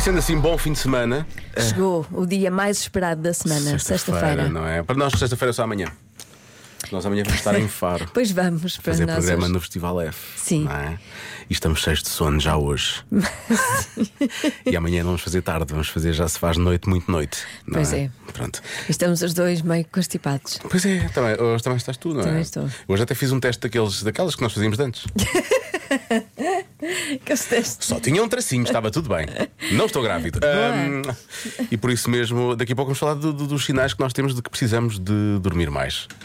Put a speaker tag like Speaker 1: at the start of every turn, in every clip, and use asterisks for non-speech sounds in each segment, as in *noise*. Speaker 1: sendo assim, bom fim de semana.
Speaker 2: Chegou o dia mais esperado da semana, sexta-feira.
Speaker 1: É. não é? Para nós, sexta-feira é só amanhã. Nós amanhã vamos
Speaker 2: *laughs*
Speaker 1: estar em Faro.
Speaker 2: Pois vamos para
Speaker 1: Fazer
Speaker 2: nós
Speaker 1: programa
Speaker 2: hoje.
Speaker 1: no Festival F.
Speaker 2: Sim.
Speaker 1: não é? E estamos cheios de sono já
Speaker 2: *laughs*
Speaker 1: hoje. e amanhã não vamos fazer tarde, vamos fazer já se faz noite, muito noite. não
Speaker 2: Pois é.
Speaker 1: Pronto.
Speaker 2: Estamos os dois meio constipados.
Speaker 1: Pois é, também, hoje também estás tu, não é?
Speaker 2: Também estou.
Speaker 1: Hoje até fiz um teste daqueles, daquelas que nós fazíamos de antes.
Speaker 2: Aqueles testes.
Speaker 1: Só tinha um tracinho, estava tudo bem. Não é? estou grávido. Ahm, e por isso mesmo, daqui a pouco vamos falar do- do- dos sinais que nós temos de que precisamos de dormir mais. *laughs*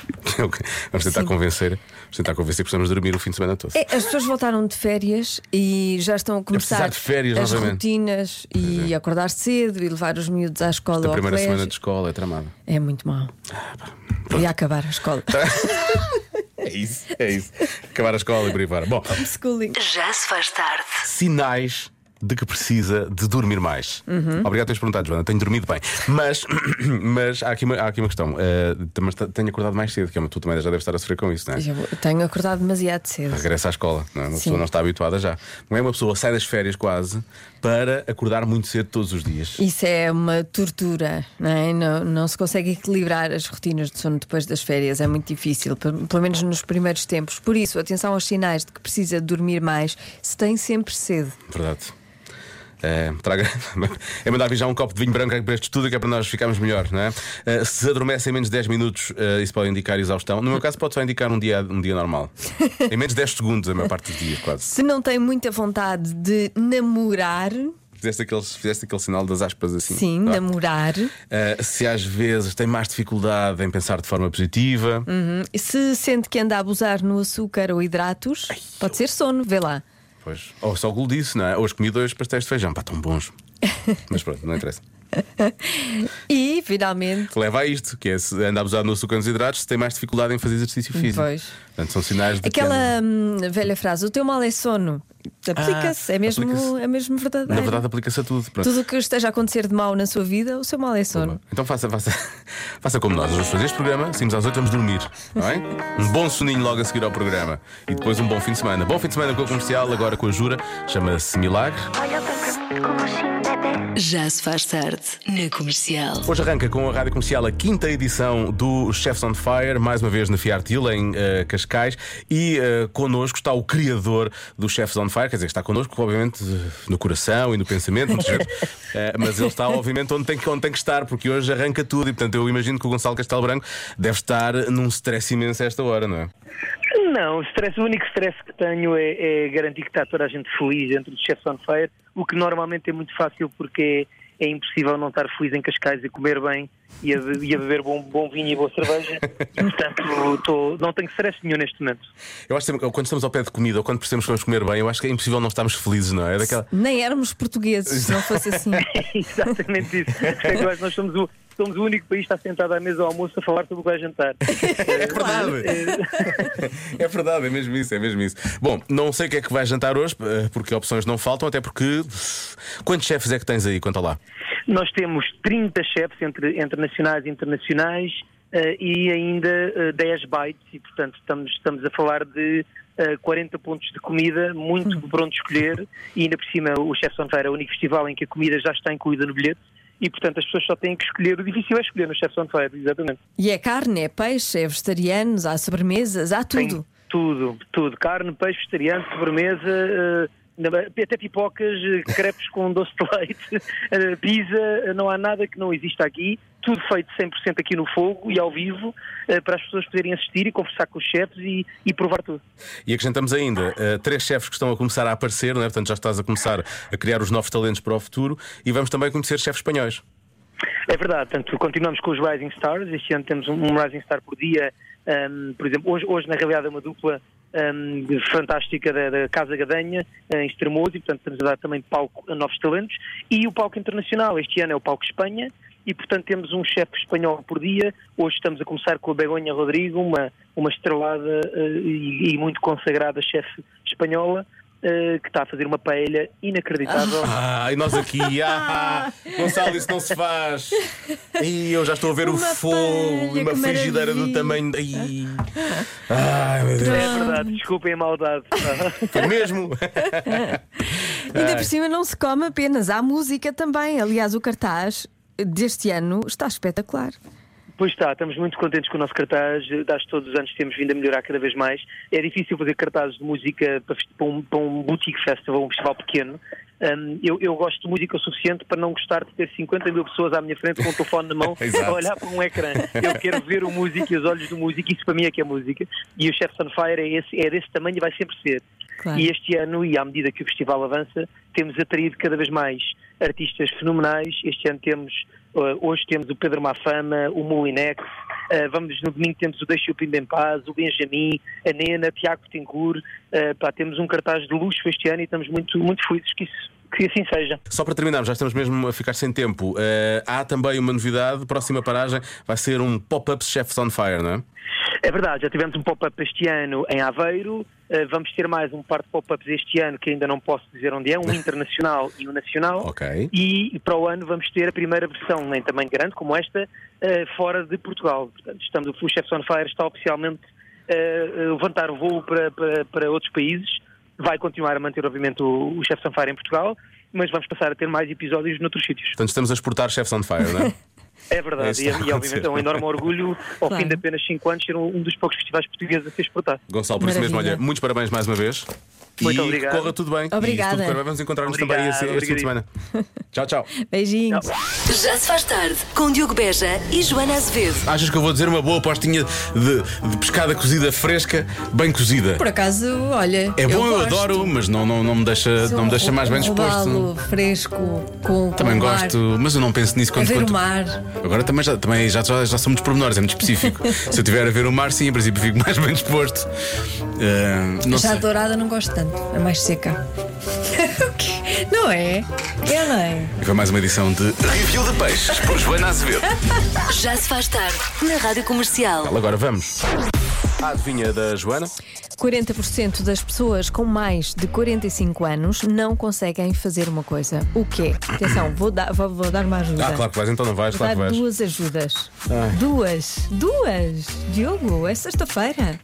Speaker 1: Ok. vamos tentar
Speaker 2: Sim.
Speaker 1: convencer. Vamos tentar convencer que precisamos dormir o fim de semana todo.
Speaker 2: É, As pessoas voltaram de férias e já estão a começar
Speaker 1: É precisar de férias
Speaker 2: as
Speaker 1: novamente.
Speaker 2: rotinas e acordar cedo e levar os miúdos à escola
Speaker 1: A
Speaker 2: ou ao
Speaker 1: primeira
Speaker 2: colégio.
Speaker 1: semana de Ah, escola é tramada.
Speaker 2: É muito mau. Podia acabar a
Speaker 1: *laughs*
Speaker 2: escola.
Speaker 1: É isso, é isso. Acabar a escola e por aí fora. Bom,
Speaker 2: Schooling.
Speaker 3: Já se faz tarde.
Speaker 1: sinais de que precisa de dormir mais. Obrigado por teres perguntado, Joana. Tenho dormido bem. Mas, *clears throat* mas há, aqui uma, há aqui uma questão. Eh, mas t- tenho acordado mais cedo, que é uma, tu também já deves estar a sofrer com isso, não é?
Speaker 2: Eu tenho acordado demasiado cedo.
Speaker 1: Regressa à escola, não é? Uma
Speaker 2: Sim.
Speaker 1: pessoa não está habituada já. Não é uma pessoa que sai das férias quase para acordar muito cedo todos os dias.
Speaker 2: Isso é uma tortura, não, é? não, não se consegue equilibrar as rotinas de sono depois das férias, é muito difícil, pe- pelo menos nos primeiros tempos. Por isso, atenção aos sinais de que precisa dormir mais, se tem sempre cedo.
Speaker 1: Verdade. É, traga... *laughs* é mandar vir já um copo de vinho branco aqui para este estudo, que é para nós ficarmos melhor, não é? Eh, se adormecem em menos de 10 minutos, eh, isso pode indicar exaustão. No meu caso, pode só indicar um dia, um dia
Speaker 2: *laughs*
Speaker 1: normal. em menos de 10 segundos, a maior parte dos dias, quase.
Speaker 2: Se não tem muita vontade de namorar,
Speaker 1: Fizeste aquele, fizeste aquele sinal das aspas assim.
Speaker 2: sim,
Speaker 1: Vá.
Speaker 2: namorar,
Speaker 1: Eh, se às vezes tem mais dificuldade em pensar de forma positiva,
Speaker 2: Hum, se sente que anda a abusar no açúcar ou hidratos, pode ser sono, vê lá.
Speaker 1: Pois. Ou só o Gulo disse, não é? Hoje comi dois pastéis de feijão, pá, tão
Speaker 2: *laughs*
Speaker 1: bons. Mas pronto, não interessa.
Speaker 2: E finalmente.
Speaker 1: Leva a isto, que é se anda abusado no açúcar e nos hidratos, se tem mais dificuldade em fazer exercício físico.
Speaker 2: Pois.
Speaker 1: Portanto, são sinais de. que é- anda-
Speaker 2: Aquela hum, velha frase, o teu mal é sono, aplica-se, é, mesmo,
Speaker 1: Ah, aplica-se.
Speaker 2: é mesmo verdadeiro.
Speaker 1: Na verdade, aplica-se a tudo. Pronto.
Speaker 2: Tudo o que esteja a acontecer de mal na sua vida, o seu mal é sono.
Speaker 1: Então faça, faça, *laughs* faça como nós. Vamos fazer este programa, saímos às 8, vamos dormir, não é? Um bom soninho logo a seguir ao programa. E depois um bom fim de semana. Bom fim de semana com a comercial, agora com a Jura, chama-se Milagre.
Speaker 4: Olha para mim como assim, bebê.
Speaker 3: Já se faz tarde na comercial.
Speaker 1: Hoje arranca com a Rádio Comercial a quinta edição do Chefs on Fire, mais uma vez na Fiat Hill, em eh, Cascais, e eh, connosco está o criador do Chefs on Fire, quer dizer, está connosco, obviamente, eh, no coração e no pensamento, muitas vezes, eh, mas ele está, obviamente, onde tem, que, onde tem que estar, porque hoje arranca tudo, e portanto eu imagino que o Gonçalo Castelo Branco deve estar num stress imenso a esta hora, não é?
Speaker 5: Não, o, stress, o único stress que tenho é, é garantir que está toda a gente feliz entre os chefs on fire, o que normalmente é muito fácil porque é, é impossível não estar feliz em Cascais e comer bem e a, be- e a beber bom, bom vinho e boa cerveja. E, portanto, tô- não tenho stress nenhum neste momento. *laughs*
Speaker 1: Eu acho que sempre- quando estamos ao pé de comida ou quando percebemos que vamos comer bem, eu acho que é impossível não estarmos felizes, não é? É Daquela...
Speaker 2: Nem éramos portugueses, se não fosse
Speaker 1: *laughs*
Speaker 2: assim.
Speaker 5: É Exatamente isso. Por isso é que eu acho que nós somos o, somos o único país que está sentado à mesa ao almoço a falar sobre o que vai jantar.
Speaker 1: É verdade. *laughs* É verdade, é mesmo isso, é mesmo isso. Bom, não sei o que é que vais jantar hoje, eh, porque opções não faltam, até porque. Quantos chefes é que tens aí? Conta lá.
Speaker 5: Nós temos 30 chefs entre, entre nacionais e internacionais eh, e ainda eh, 10 bytes, e portanto estamos, estamos a falar de eh, 40 pontos de comida, muito pronto de escolher, e ainda por cima o Chefs on Fire é o único festival em que a comida já está incluída no bilhete, e portanto as pessoas só têm que escolher, o difícil é escolher no Chefs on Fire, exatamente.
Speaker 2: E é carne, é peixe, é vegetarianos, há sobremesas, há
Speaker 5: Tem
Speaker 2: tudo.
Speaker 5: tudo, tudo. Carne, peixe, vegetariano, sobremesa, eh, ainda bem- até pipocas, eh, crepes com doce de leite, *laughs* eh, pizza, eh, não há nada que não exista aqui. Tudo feito 100% aqui no fogo e ao vivo eh, para as pessoas poderem assistir e conversar com os chefes e, e provar tudo.
Speaker 1: E acrescentamos ainda eh, três chefes que estão a começar a aparecer, não é? Portanto, já estás a começar a criar os novos talentos para o futuro e vamos também conhecer chefes espanhóis.
Speaker 5: É verdade, portanto, continuamos com os Rising Stars. Este ano temos um- um Rising Star por dia. Ahm, por exemplo, hoje, hoje, na realidade, é uma dupla ahm, fantástica da, da Casa Gadanha, eh, em Estremoz, e, portanto, estamos a dar também palco a novos talentos. E o palco internacional, este ano é o palco Espanha, e, portanto, temos um chefe espanhol por dia. Hoje estamos a começar com a Begonha Rodrigo, uma, uma estrelada eh, e, e muito consagrada chefe espanhola, eh, que está a fazer uma paella inacreditável.
Speaker 1: Ah, e nós aqui, ah, Gonçalo, isso não se faz. E eu já estou a ver o
Speaker 2: Uma
Speaker 1: fogo e
Speaker 2: palha,
Speaker 1: uma
Speaker 2: que
Speaker 1: frigideira do
Speaker 2: maravilha.
Speaker 1: tamanho. Ai, ai meu Deus.
Speaker 5: É verdade, desculpem a maldade.
Speaker 1: Foi mesmo?
Speaker 2: Ainda por cima não se come apenas, há música também. Aliás, o cartaz deste ano está espetacular.
Speaker 5: Pois está, estamos muito contentes com o nosso cartaz. Acho que todos os anos temos vindo a melhorar cada vez mais. É difícil fazer cartazes de música para, fest- para um, para um boutique festival, um festival pequeno. Hum, eu, eu gosto de música o suficiente para não gostar de ter 50 mil pessoas à minha frente com o telefone na mão
Speaker 1: Exato.
Speaker 5: a olhar para um ecrã. Eu quero ver o músico e os olhos do músico, isso para mim é que é música. E o Chefs on Fire é, esse, é desse tamanho e vai sempre ser.
Speaker 2: Claro.
Speaker 5: E este ano, e à medida que o festival avança, temos atraído cada vez mais artistas fenomenais. Este ano temos, eh, hoje temos o Pedro Mafama, o Molinex, eh, vamos no domingo temos o Deixa o Pinto em Paz, o Benjamin, a Nena, Tiago Tencour. Eh, pá, temos um cartaz de luxo este ano e estamos muito, muito felizes que, isso, que assim seja.
Speaker 1: Só para terminarmos, já estamos mesmo a ficar sem tempo. Eh, há também uma novidade, próxima paragem vai ser um pop-up Chefs on Fire, não é?
Speaker 5: É verdade, já tivemos um pop-up este ano em Aveiro, eh, vamos ter mais um par de pop-ups este ano que ainda não posso dizer onde é, um internacional e um nacional.
Speaker 1: Ok.
Speaker 5: E para o ano vamos ter a primeira versão em tamanho grande, como esta, eh, fora de Portugal. Portanto, estamos, o Chefs on Fire está oficialmente eh, a levantar o voo para, para, para outros países. Vai continuar a manter, obviamente, o, o Chefs on Fire em Portugal, mas vamos passar a ter mais episódios noutros sítios.
Speaker 1: Portanto, estamos a exportar Chefs on Fire,
Speaker 2: *laughs*
Speaker 1: não é?
Speaker 5: É
Speaker 1: É
Speaker 5: verdade,
Speaker 1: isso
Speaker 5: e,
Speaker 1: que
Speaker 5: e,
Speaker 1: está a
Speaker 5: obviamente é um
Speaker 1: acontecer.
Speaker 5: enorme orgulho, ao
Speaker 2: Claro.
Speaker 5: fim de apenas 5 anos, ser um, um dos poucos festivais portugueses a ser exportado.
Speaker 1: Gonçalo, por isso mesmo,
Speaker 2: Maravilha.
Speaker 1: olha, muitos parabéns mais uma vez.
Speaker 5: Muito
Speaker 1: e
Speaker 5: obrigado.
Speaker 1: que corra tudo bem.
Speaker 2: Obrigada.
Speaker 1: E se tudo correr bem, vamos encontrar-nos também
Speaker 5: Obrigado,
Speaker 1: este, este fim de semana. Tchau, tchau.
Speaker 2: Beijinhos.
Speaker 3: Já se faz tarde com Diogo Beja e Joana Azevedo.
Speaker 1: *laughs* Achas que eu vou dizer uma boa apostinha de, de pescada cozida fresca, bem cozida?
Speaker 2: Por acaso, olha.
Speaker 1: É bom, eu,
Speaker 2: gosto.
Speaker 1: adoro, mas não, não, não me deixa, não me deixa mais bem disposto.
Speaker 2: robalo fresco, com.
Speaker 1: Também
Speaker 2: com o mar,
Speaker 1: gosto, mas eu não penso nisso
Speaker 2: A
Speaker 1: quando
Speaker 2: É ver
Speaker 1: quando-
Speaker 2: o mar.
Speaker 1: Agora também já, também já, já, já são muitos pormenores, é muito
Speaker 2: *laughs*
Speaker 1: específico. Se eu tiver a ver o mar, sim, em princípio fico mais bem disposto. Ah, não
Speaker 2: Já
Speaker 1: sei.
Speaker 2: dourada não gosto tanto, é mais seca. *laughs* não é? É, não é?
Speaker 1: E foi mais uma edição de.
Speaker 6: Review de Peixes por Joana Azevedo.
Speaker 3: *laughs* Já se faz tarde na Rádio Comercial.
Speaker 1: Agora vamos. À adivinha da Joana.
Speaker 2: 40% das pessoas com mais de 45 anos não conseguem fazer uma coisa. O quê? Atenção, vou dar, vou, vou dar uma ajuda.
Speaker 1: Ah, claro que vais, então não vais,
Speaker 2: Vou
Speaker 1: claro
Speaker 2: dar
Speaker 1: que vais.
Speaker 2: duas ajudas. Duas. Duas. Diogo, é sexta-feira.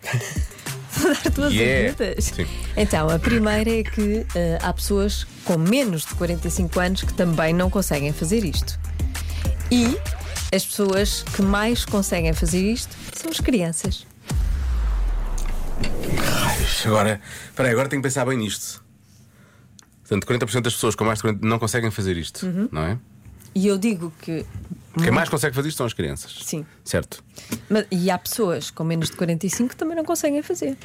Speaker 2: Vou dar duas
Speaker 1: Yeah.
Speaker 2: ajudas.
Speaker 1: Sim.
Speaker 2: Então, a primeira é que eh, há pessoas com menos de 45 anos que também não conseguem fazer isto. E as pessoas que mais conseguem fazer isto são as crianças.
Speaker 1: Agora, espera aí, agora tenho que pensar bem nisto. Portanto, 40% das pessoas com mais de 40 não conseguem fazer isto,
Speaker 2: Uhum.
Speaker 1: não é?
Speaker 2: E eu digo que.
Speaker 1: Quem mais consegue fazer isto são as crianças.
Speaker 2: Uhum. Sim.
Speaker 1: Certo.
Speaker 2: Mas- e há pessoas com menos de 45 que também não conseguem fazer.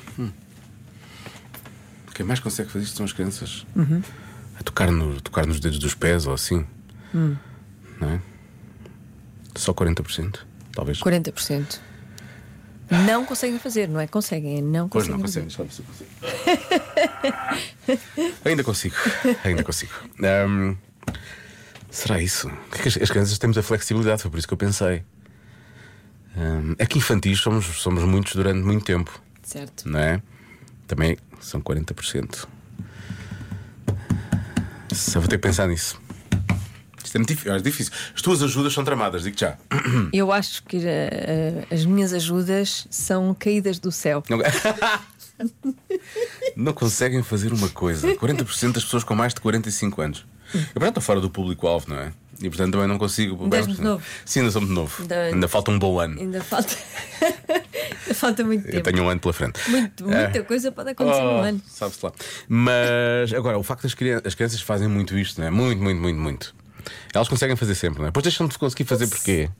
Speaker 1: Quem é mais consegue fazer isto são as crianças. A tocar, no, tocar nos dedos dos pés ou assim. Não é? Só 40%, talvez.
Speaker 2: 40%. Não conseguem fazer, não é? Conseguem, é não
Speaker 1: Pois
Speaker 2: conseguem.
Speaker 1: não
Speaker 2: fazer.
Speaker 1: consegues, sabe se eu consigo. *laughs* ainda consigo, ainda consigo. Ahm, será isso? O que é que As, as crianças temos a flexibilidade, foi por isso que eu pensei. Ahm, é que infantis somos, somos muitos durante muito tempo,
Speaker 2: Certo.
Speaker 1: não é? Também são 40%. Só vou ter que pensar nisso. Isto é muito difí- é difícil. As tuas ajudas são tramadas, digo já.
Speaker 2: Eu acho que eh, eh, as minhas ajudas são caídas do céu.
Speaker 1: Não... *laughs* Não conseguem fazer uma coisa. 40% das pessoas com mais de 45 anos. Eu, portanto, estou fora do público-alvo, não é? E, portanto, também não consigo.
Speaker 2: Desde de novo.
Speaker 1: Sim, ainda somos de novo.
Speaker 2: Da-
Speaker 1: Ainda falta um bom ano.
Speaker 2: Ainda falta. *laughs* Ainda falta muito
Speaker 1: Eu
Speaker 2: tempo.
Speaker 1: tenho um ano pela frente.
Speaker 2: Muito- muita
Speaker 1: É.
Speaker 2: coisa pode acontecer no
Speaker 1: Oh,
Speaker 2: ano.
Speaker 1: Sabe-se lá. Mas, agora, o facto das crianças, as crianças fazem muito isto, não é? Muito, muito, muito, muito. Elas conseguem fazer sempre, não é? Depois deixam de conseguir fazer porquê?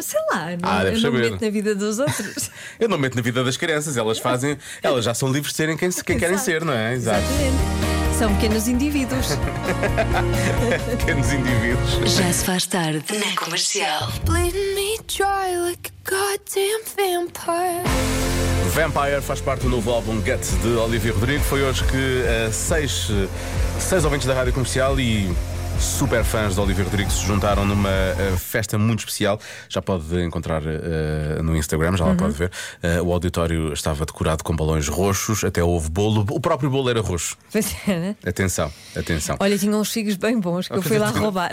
Speaker 2: Sei lá, não,
Speaker 1: Ah, deve
Speaker 2: eu não me
Speaker 1: saber.
Speaker 2: meto na vida dos outros. *laughs*
Speaker 1: Eu não meto na vida das crianças, elas fazem, elas já são livres de serem quem, quem querem
Speaker 2: Exato.
Speaker 1: ser, não é?
Speaker 2: Exatamente. São pequenos indivíduos.
Speaker 1: Pequenos indivíduos.
Speaker 3: *laughs* Já se faz tarde na Comercial.
Speaker 7: bleeding me dry like a goddamn vampire.
Speaker 1: Vampire faz parte do novo álbum Guts de Olivia Rodrigo. Foi hoje que eh, seis, eh, seis ouvintes da rádio comercial e super fãs de Olivia Rodrigo se juntaram numa eh, festa muito especial. Já pode encontrar eh, no Instagram, já lá pode ver. Eh, o auditório estava decorado com balões roxos, até houve bolo. O próprio bolo era roxo.
Speaker 2: Pois é, né?
Speaker 1: Atenção, atenção.
Speaker 2: Olha, tinha uns figos bem bons que eu fui lá
Speaker 1: *laughs*
Speaker 2: roubar.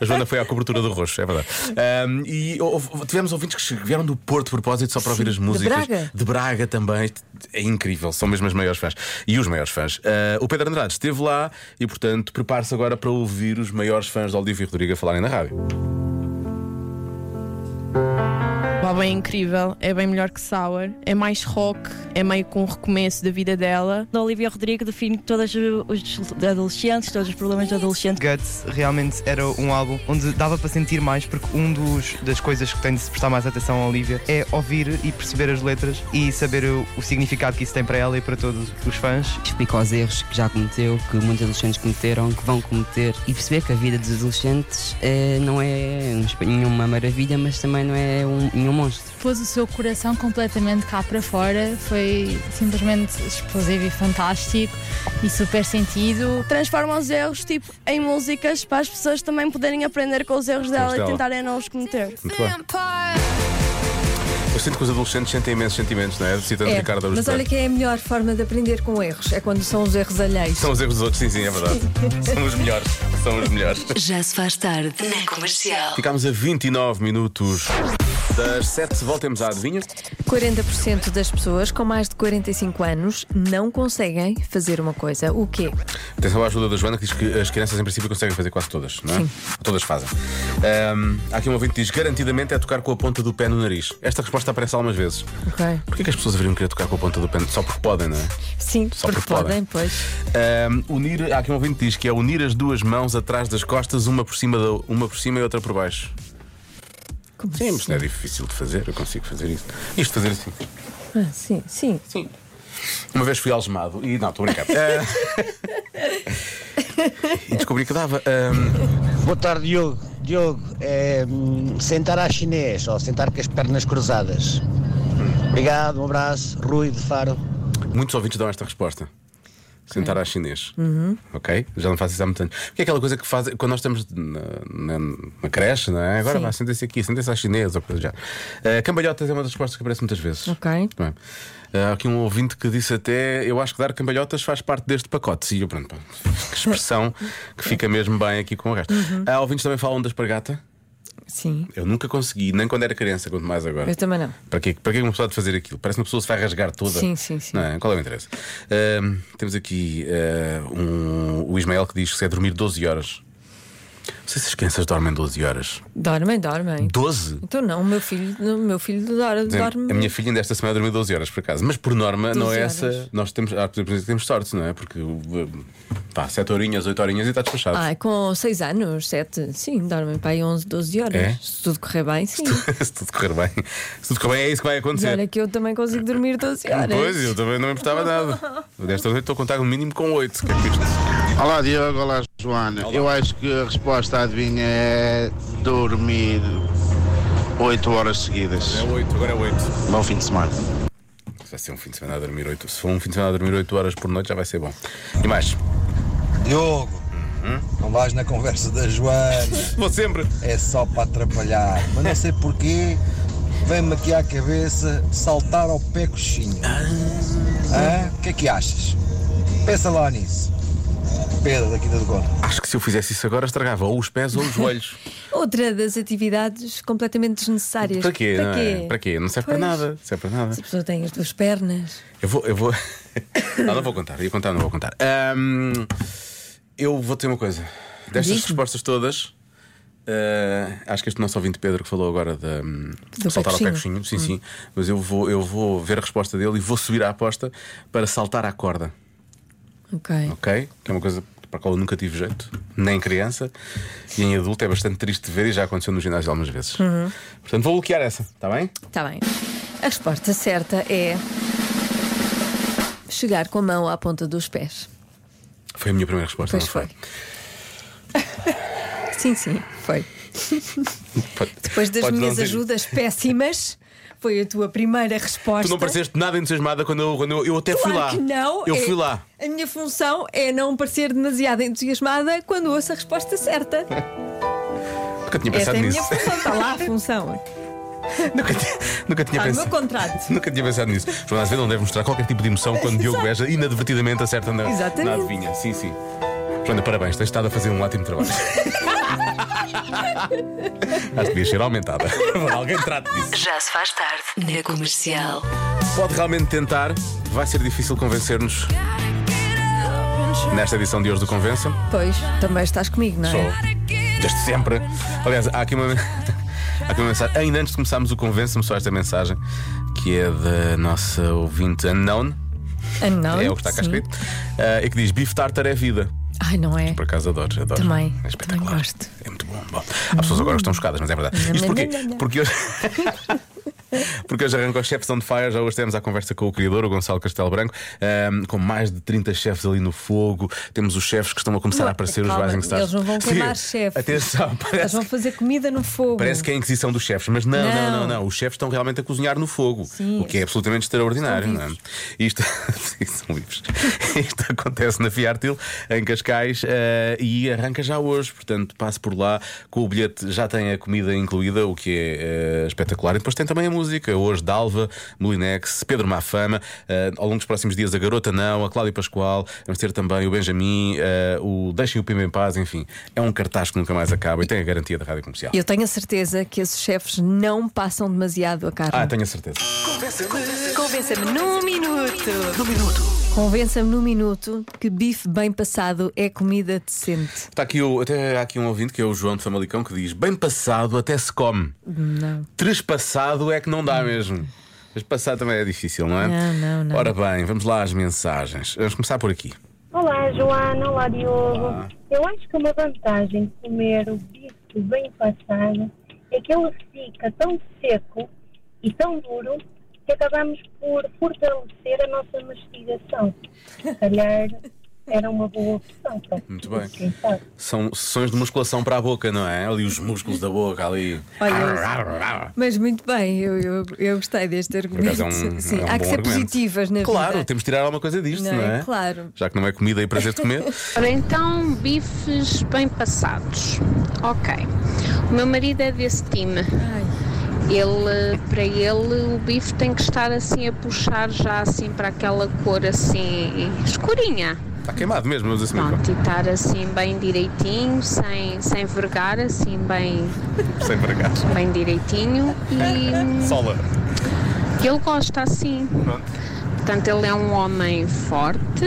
Speaker 1: A Joana foi à cobertura do roxo, é verdade. Ahm, e houve- tivemos ouvintes que che- vieram do Porto de propósito só para ouvir as músicas.
Speaker 2: Braga.
Speaker 1: De Braga também. É incrível, são mesmo as maiores fãs. E os maiores fãs. Ah, o Pedro Andrade esteve lá e, portanto, prepare-se agora para ouvir os maiores fãs de Olívio Rodrigo a falarem na rádio.
Speaker 8: O álbum é incrível, é bem melhor que Sour, é mais rock, é meio que um recomeço da vida dela.
Speaker 9: da Olivia Rodrigo define todos os adolescentes, todos os problemas do adolescente.
Speaker 10: Guts realmente era um álbum onde dava para sentir mais, porque um dos das coisas que tem de se prestar mais atenção a Olivia é ouvir e perceber as letras e saber o, o significado que isso tem para ela e para todos os fãs.
Speaker 11: Explica os erros que já cometeu, que Tipo, muitos adolescentes cometeram, que vão cometer e perceber que a vida dos adolescentes eh, não é um espe- nenhuma maravilha, mas também não é um, nenhum monstro.
Speaker 8: Pôs o seu coração completamente cá para fora, foi simplesmente explosivo e fantástico e super sentido. Transforma os erros tipo em músicas para as pessoas também poderem aprender com os erros dela
Speaker 1: dela.
Speaker 8: e tentarem não os cometer.
Speaker 1: Muito bem.
Speaker 7: Vampire.
Speaker 1: Eu sinto que os adolescentes sentem imensos sentimentos, não é? Citando
Speaker 2: É,
Speaker 1: Ricardo Aruz
Speaker 2: mas olha que é a melhor forma de aprender com erros, é quando são os erros alheios.
Speaker 1: São os erros dos outros, sim, sim, é verdade. são os melhores. São os melhores.
Speaker 3: Já se faz tarde na comercial.
Speaker 1: Ficámos a 29 minutos das 7. Voltemos à adivinha.
Speaker 2: 40% das pessoas com mais de 45 anos não conseguem fazer uma coisa. O quê?
Speaker 1: Atenção à ajuda da Joana, que diz que as crianças em princípio conseguem fazer quase todas, não é? Todas fazem. Ahm, há aqui um ouvinte que diz: garantidamente é tocar com a ponta do pé no nariz. Esta resposta aparece algumas vezes.
Speaker 2: Ok.
Speaker 1: Porquê que as pessoas deveriam querer tocar com a ponta do pé? Só porque podem, não é?
Speaker 2: Sim,
Speaker 1: Só
Speaker 2: porque
Speaker 1: porque podem.
Speaker 2: podem, pois.
Speaker 1: Ahm, unir, há aqui um ouvinte que diz que é unir as duas mãos atrás das costas, uma por cima, da, uma por cima e outra por baixo.
Speaker 2: Como
Speaker 1: Sim, mas
Speaker 2: assim?
Speaker 1: não é difícil de fazer, eu consigo fazer isso. Isto fazer assim.
Speaker 2: Ah, sim, sim.
Speaker 1: Sim. Uma vez fui algemado e. Não, estou a brincar. Ah, *laughs* e descobri que dava. ehm, Ahm,
Speaker 10: Boa tarde, Diogo. Diogo, sentar à chinês ou sentar com as pernas cruzadas. Obrigado, um abraço. Rui de Faro.
Speaker 1: Muitos ouvintes dão esta resposta. Sentar à chinês.
Speaker 2: Uhum.
Speaker 1: Ok? Já não faço isso há muito tempo. Porque é aquela coisa que faz. Quando nós estamos na, na, na creche, não é? Agora
Speaker 2: Sim.
Speaker 1: vá, sentem-se aqui, sentem-se à chinesa ou coisa já. Uh, cambalhotas é uma das respostas que aparece muitas vezes.
Speaker 2: Ok.
Speaker 1: Muito bem. Ah, Há aqui um ouvinte que disse até: Eu acho que dar cambalhotas faz parte deste pacote. E eu, pronto, pá, que expressão que fica mesmo bem aqui com o resto.
Speaker 2: Uhum.
Speaker 1: Há ouvintes que também falam da espargata.
Speaker 2: Sim.
Speaker 1: Eu nunca consegui, nem quando era criança, quanto mais agora.
Speaker 2: Eu também não.
Speaker 1: Para que, para que uma pessoa há de fazer aquilo? Parece que uma pessoa se vai rasgar toda.
Speaker 2: Sim, sim, sim.
Speaker 1: Não é? Qual é o interesse? Ahm, temos aqui ah, um, o Ismael que diz que se é dormir 12 horas. Não sei se as crianças dormem 12 horas.
Speaker 2: Dormem, dormem.
Speaker 1: 12?
Speaker 2: Então não, o meu filho, o meu filho dor-
Speaker 1: Quer dizer,
Speaker 2: dorme.
Speaker 1: A minha filha ainda esta semana dormiu 12 horas, por acaso. Mas por norma, não
Speaker 2: 12
Speaker 1: é
Speaker 2: horas.
Speaker 1: essa. Nós temos, ah, por exemplo, temos sorte, não é? Porque pá, 7 horinhas, 8 horinhas e está despachado.
Speaker 2: Ai, Ah, com 6 anos, 7, sim, dormem para aí 11, 12 horas.
Speaker 1: É?
Speaker 2: Se tudo correr bem,
Speaker 1: *laughs*
Speaker 2: sim.
Speaker 1: se tudo correr bem. Se tudo correr bem, é isso que vai
Speaker 2: Mas
Speaker 1: acontecer.
Speaker 2: olha que eu também consigo dormir 12 horas.
Speaker 1: Pois, eu também não me importava nada. Desta noite estou a contar no mínimo com 8. Que é que isto?
Speaker 10: Olá, Diogo. Olá, Joana. Eu acho que a resposta à adivinha é dormir 8 horas seguidas.
Speaker 1: É 8, agora é 8.
Speaker 10: Bom fim de semana.
Speaker 1: Se vai ser um fim de semana a dormir 8. Se for um fim de semana a dormir 8 horas por noite, já vai ser bom. E mais?
Speaker 10: Diogo, Uhum. não vais na conversa da Joana.
Speaker 1: Vou sempre.
Speaker 10: é só para atrapalhar. Mas não sei porquê, vem-me aqui à cabeça saltar ao pé coxinha. Hã? O que é que achas? Pensa lá nisso. Pedro, daqui da Dugona.
Speaker 1: Acho que se eu fizesse isso agora, estragava ou os pés ou os joelhos.
Speaker 2: Outra das atividades completamente desnecessárias.
Speaker 1: para quê?
Speaker 2: Para
Speaker 1: não
Speaker 2: quê?
Speaker 1: É? Para quê? Não serve
Speaker 2: Pois.
Speaker 1: para nada. Não serve para nada.
Speaker 2: Se a pessoa tem as duas pernas.
Speaker 1: Eu vou. Eu vou... *coughs* não, não vou contar. Ia contar, não vou contar. Ahm, eu vou dizer uma coisa. Destas
Speaker 2: Diz-me.
Speaker 1: respostas todas. ah, acho que este nosso ouvinte Pedro que falou agora de, hum,
Speaker 2: Do Hum.
Speaker 1: saltar ao pé
Speaker 2: pecoxinho.
Speaker 1: coxinho, sim, sim, mas eu vou, eu vou ver a resposta dele e vou subir à aposta para saltar à corda.
Speaker 2: Ok.
Speaker 1: ok? Que é uma coisa para a qual eu nunca tive jeito, nem em criança, e em adulto é bastante triste de ver e já aconteceu no ginásio algumas vezes.
Speaker 2: Uhum.
Speaker 1: Portanto, vou bloquear essa, está bem?
Speaker 2: Está Tá bem. A resposta certa é. Chegar com a mão à ponta dos pés.
Speaker 1: Foi a minha primeira resposta.
Speaker 2: Pois
Speaker 1: não
Speaker 2: foi. sim, sim, foi.
Speaker 1: Pode-
Speaker 2: Depois das
Speaker 1: podes não
Speaker 2: minhas
Speaker 1: dizer-
Speaker 2: ajudas péssimas, foi a tua primeira resposta.
Speaker 1: Tu não pareceste nada entusiasmada quando eu, quando eu, eu até
Speaker 2: Claro
Speaker 1: fui lá.
Speaker 2: que não.
Speaker 1: Eu
Speaker 2: é-
Speaker 1: fui lá.
Speaker 2: A minha função é não parecer demasiado entusiasmada quando ouço a resposta certa.
Speaker 1: Por Nunca tinha
Speaker 2: Essa
Speaker 1: pensado
Speaker 2: é a minha
Speaker 1: nisso.
Speaker 2: função, está lá a função.
Speaker 1: Nunca tinha, *laughs* nunca tinha
Speaker 2: Está Ah,
Speaker 1: pensado.
Speaker 2: no meu contrato.
Speaker 1: *laughs* Nunca tinha pensado nisso. Joana Azevedo não deve mostrar qualquer tipo de emoção
Speaker 2: *laughs*
Speaker 1: quando Diogo Beja inadvertidamente acerta na,
Speaker 2: Exatamente.
Speaker 1: na adivinha. Sim, sim. Joana, parabéns, tens estado a fazer um ótimo
Speaker 2: *laughs*
Speaker 1: trabalho. Acho que devia ser
Speaker 2: *laughs*
Speaker 1: aumentada. Alguém trate disso.
Speaker 3: Já se faz tarde na comercial.
Speaker 1: Pode realmente tentar, vai ser difícil convencer-nos nesta edição de hoje do Convença.
Speaker 2: Pois, também estás comigo, não é?
Speaker 1: Sou. Desde sempre. Aliás, há aqui uma. *laughs* há aqui uma mensagem. Ainda antes de começarmos o Convença-me só esta mensagem, que é da nossa ouvinte Unknown.
Speaker 2: Ah, não?
Speaker 1: é o que está cá
Speaker 2: Sim.
Speaker 1: escrito. Ah, é que diz: bife tartar é vida.
Speaker 2: Ai, não é?
Speaker 1: Por acaso adoro, adoro.
Speaker 2: Também.
Speaker 1: É
Speaker 2: Também
Speaker 1: espetacular.
Speaker 2: gosto.
Speaker 1: É muito bom. Bom, há pessoas agora que estão chocadas, mas é verdade.
Speaker 2: Nham,
Speaker 1: Isto
Speaker 2: nham,
Speaker 1: porquê?
Speaker 2: nham, nham.
Speaker 1: Porque hoje. *laughs* Porque hoje arrancou a Chefs on Fire, já hoje temos a conversa com o criador, o Gonçalo Castelo Branco, ahm, com mais de 30 chefes ali no fogo. Temos os chefes que estão a começar a aparecer,
Speaker 2: Calma,
Speaker 1: os Rising Stars.
Speaker 2: Eles não vão
Speaker 1: Sim,
Speaker 2: queimar chefes.
Speaker 1: Atenção,
Speaker 2: Eles
Speaker 1: parece,
Speaker 2: vão fazer comida no fogo.
Speaker 1: parece que é a Inquisição dos chefes, mas não, não, não, não.
Speaker 2: Não.
Speaker 1: Os chefes estão realmente a cozinhar no fogo,
Speaker 2: Sim,
Speaker 1: o que é absolutamente extraordinário. Não é? Isto, *laughs* sim, são livres. Isto acontece na Fiartil, em Cascais, eh, e arranca já hoje. Portanto, passe por lá com o bilhete, já tem a comida incluída, o que é eh, espetacular. E depois tem também a música. Hoje, Dalva, Molinex, Pedro Mafama. eh, ao longo dos próximos dias, a Garota Não, a Cláudia Pascoal. Vamos ter também o Benjamin, eh, o Deixem o Pimba em Paz. Enfim, é um cartaz que nunca mais acaba e tem a garantia da rádio comercial.
Speaker 2: Eu tenho a certeza que esses chefes não passam demasiado a carne.
Speaker 1: Ah, tenho a certeza.
Speaker 2: Convença-me num minuto. Num minuto. Convença-me num minuto que bife bem passado é comida decente.
Speaker 1: Está aqui o, até há aqui um ouvinte que é o João de Famalicão que diz: Bem passado até se come,
Speaker 2: Não.
Speaker 1: trespassado é que não dá mesmo. Mas passado também é difícil, não é?
Speaker 2: Não, não, não.
Speaker 1: Ora bem, vamos lá às mensagens. Vamos começar por aqui.
Speaker 12: Olá, Joana. Olá, Diogo. Eu acho que uma vantagem de comer o bife bem passado é que ele fica tão seco e tão duro que acabamos por fortalecer a nossa mastigação. Se calhar era uma boa opção. para-
Speaker 1: Muito bem. São sessões de musculação para a boca, não é? Ali os músculos da boca, ali.
Speaker 2: Olha,
Speaker 1: Arr, arr, arr.
Speaker 2: Mas muito bem, eu, eu, eu gostei deste
Speaker 1: Por
Speaker 2: argumento.
Speaker 1: acaso é um,
Speaker 2: Sim,
Speaker 1: é um
Speaker 2: há que
Speaker 1: bom
Speaker 2: ser
Speaker 1: argumento.
Speaker 2: positivas na
Speaker 1: claro,
Speaker 2: vida.
Speaker 1: temos de tirar alguma coisa disto, não,
Speaker 2: Não é?
Speaker 1: é?
Speaker 2: Claro.
Speaker 1: Já que não é comida e prazer de
Speaker 2: *laughs*
Speaker 1: comer.
Speaker 13: Ora então, bifes bem passados. Ok. O meu marido é desse time. Ele, para ele, o bife tem que estar assim a puxar já assim para aquela cor assim escurinha.
Speaker 1: Está queimado mesmo, mas assim
Speaker 13: Pronto, e estar assim bem direitinho, sem, sem vergar, assim bem,
Speaker 1: sem pregar.
Speaker 13: bem direitinho. E
Speaker 1: Sola.
Speaker 13: que ele gosta assim.
Speaker 1: Pronto.
Speaker 13: Portanto, ele é um homem forte,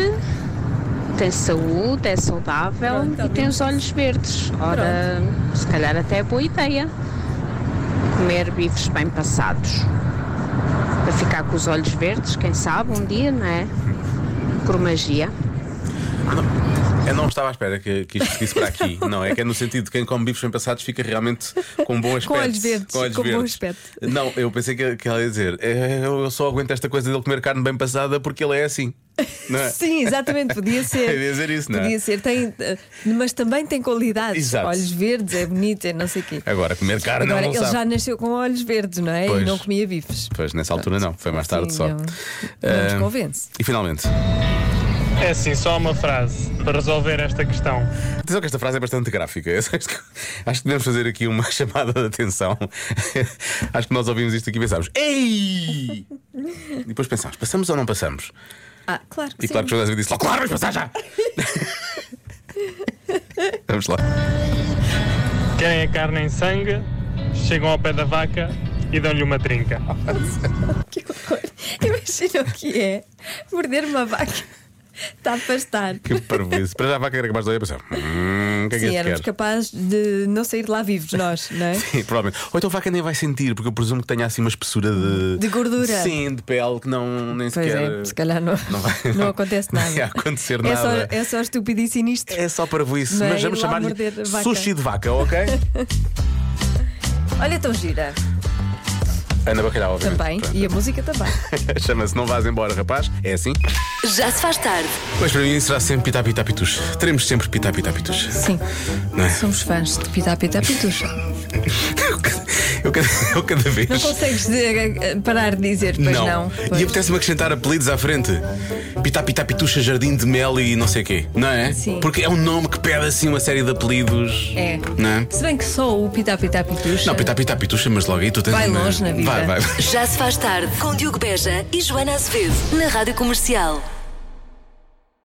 Speaker 13: tem saúde, é saudável e tem os olhos verdes. Ora, se calhar até é boa ideia comer bifes bem passados. Para ficar com os olhos verdes, quem sabe, um dia, não é? Por magia.
Speaker 1: Eu não estava à espera que, que isto seguisse para aqui. não, é que é no sentido de quem come bifes bem passados fica realmente com um bom aspecto.
Speaker 2: olhos verdes, com um bom aspecto.
Speaker 1: Não, eu pensei que, que ela ia dizer: "É, eu, eu só aguento esta coisa dele comer carne bem passada porque ele é assim. Não é?
Speaker 2: *laughs* Sim, exatamente,
Speaker 1: *laughs*
Speaker 2: podia ser.
Speaker 1: Podia ser isso, não é?
Speaker 2: Podia ser, tem, eh, mas também tem qualidades.
Speaker 1: Exato.
Speaker 2: Olhos verdes, é bonito, é não sei o quê.
Speaker 1: Agora, comer carne
Speaker 2: Agora,
Speaker 1: não, não
Speaker 2: ele
Speaker 1: sabe.
Speaker 2: já nasceu com olhos verdes, não é?
Speaker 1: Pois.
Speaker 2: E não comia bifes.
Speaker 1: Pois, nessa altura não, foi mais tarde
Speaker 2: Sim,
Speaker 1: só.
Speaker 2: não- não
Speaker 1: Ah,
Speaker 2: nos convence.
Speaker 1: E finalmente.
Speaker 14: É assim, só uma frase para resolver esta questão.
Speaker 1: Atenção que esta frase é bastante gráfica. *laughs* Eu acho, que, acho que devemos fazer aqui uma *laughs* chamada de atenção. *laughs* acho que nós ouvimos isto aqui e pensámos: Ei! E depois pensámos: passamos ou não passamos?
Speaker 2: Ah, claro que
Speaker 1: E
Speaker 2: sim.
Speaker 1: claro que o José disse: "Logo, Claro, vamos passar
Speaker 2: *laughs*
Speaker 1: já! Vamos lá.
Speaker 14: Querem a carne em sangue, chegam ao pé da vaca e dão-lhe uma trinca.
Speaker 2: *laughs* Imagina o que é morder uma vaca. Está a pastar.
Speaker 1: Que parvoíce. Para já a vaca era capaz de olhar e pensar: Hum, o que é que
Speaker 2: Sim,
Speaker 1: este
Speaker 2: éramos
Speaker 1: quer?
Speaker 2: capazes de não sair de lá vivos, nós,
Speaker 1: *laughs*
Speaker 2: não é?
Speaker 1: Sim, provavelmente. Ou então a vaca nem vai sentir, porque eu presumo que tenha assim uma espessura de.
Speaker 2: De gordura.
Speaker 1: Sim, de pele que não nem
Speaker 2: Pois
Speaker 1: sequer.
Speaker 2: é, se calhar não,
Speaker 1: Não vai.
Speaker 2: não acontece
Speaker 1: não
Speaker 2: nada.
Speaker 1: ia acontecer
Speaker 2: É só,
Speaker 1: nada.
Speaker 2: é só estúpido e sinistro.
Speaker 1: É só parvoíce.
Speaker 2: Não é?
Speaker 1: Mas vamos
Speaker 2: Ir lá
Speaker 1: chamar-lhe
Speaker 2: morder a vaca.
Speaker 1: sushi de vaca, ok?
Speaker 2: Olha, tão gira.
Speaker 1: Ana Bacalhau, obviamente.
Speaker 2: Também. E a música também.
Speaker 1: *laughs* Chama-se Não Vás Embora, rapaz. É assim.
Speaker 3: Já se faz tarde.
Speaker 1: Pois para mim será sempre pitá pitá pitus. Teremos sempre pitá pitá pitus.
Speaker 2: Sim.
Speaker 1: Não é?
Speaker 2: Somos fãs de Pita Pita Pitus.
Speaker 1: Eu cada, eu cada vez.
Speaker 2: Não consegues dizer- eh, parar de dizer, pois não. pois.
Speaker 1: E apetece-me acrescentar apelidos à frente. Pitá, pitá, pitucha, jardim de mel e não sei o quê, não é?
Speaker 2: Sim.
Speaker 1: Porque é um nome que pede assim uma série de apelidos.
Speaker 2: É.
Speaker 1: Não é?
Speaker 2: Se bem que só o Pitá Pitá Pitucha.
Speaker 1: Não, pitá, pitá, pitucha, mas logo aí tu tens.
Speaker 2: Vai
Speaker 1: uma-
Speaker 2: longe na vida.
Speaker 1: Vai, vai.
Speaker 3: Já se faz tarde com Diogo Beja e Joana Azevedo na Rádio Comercial.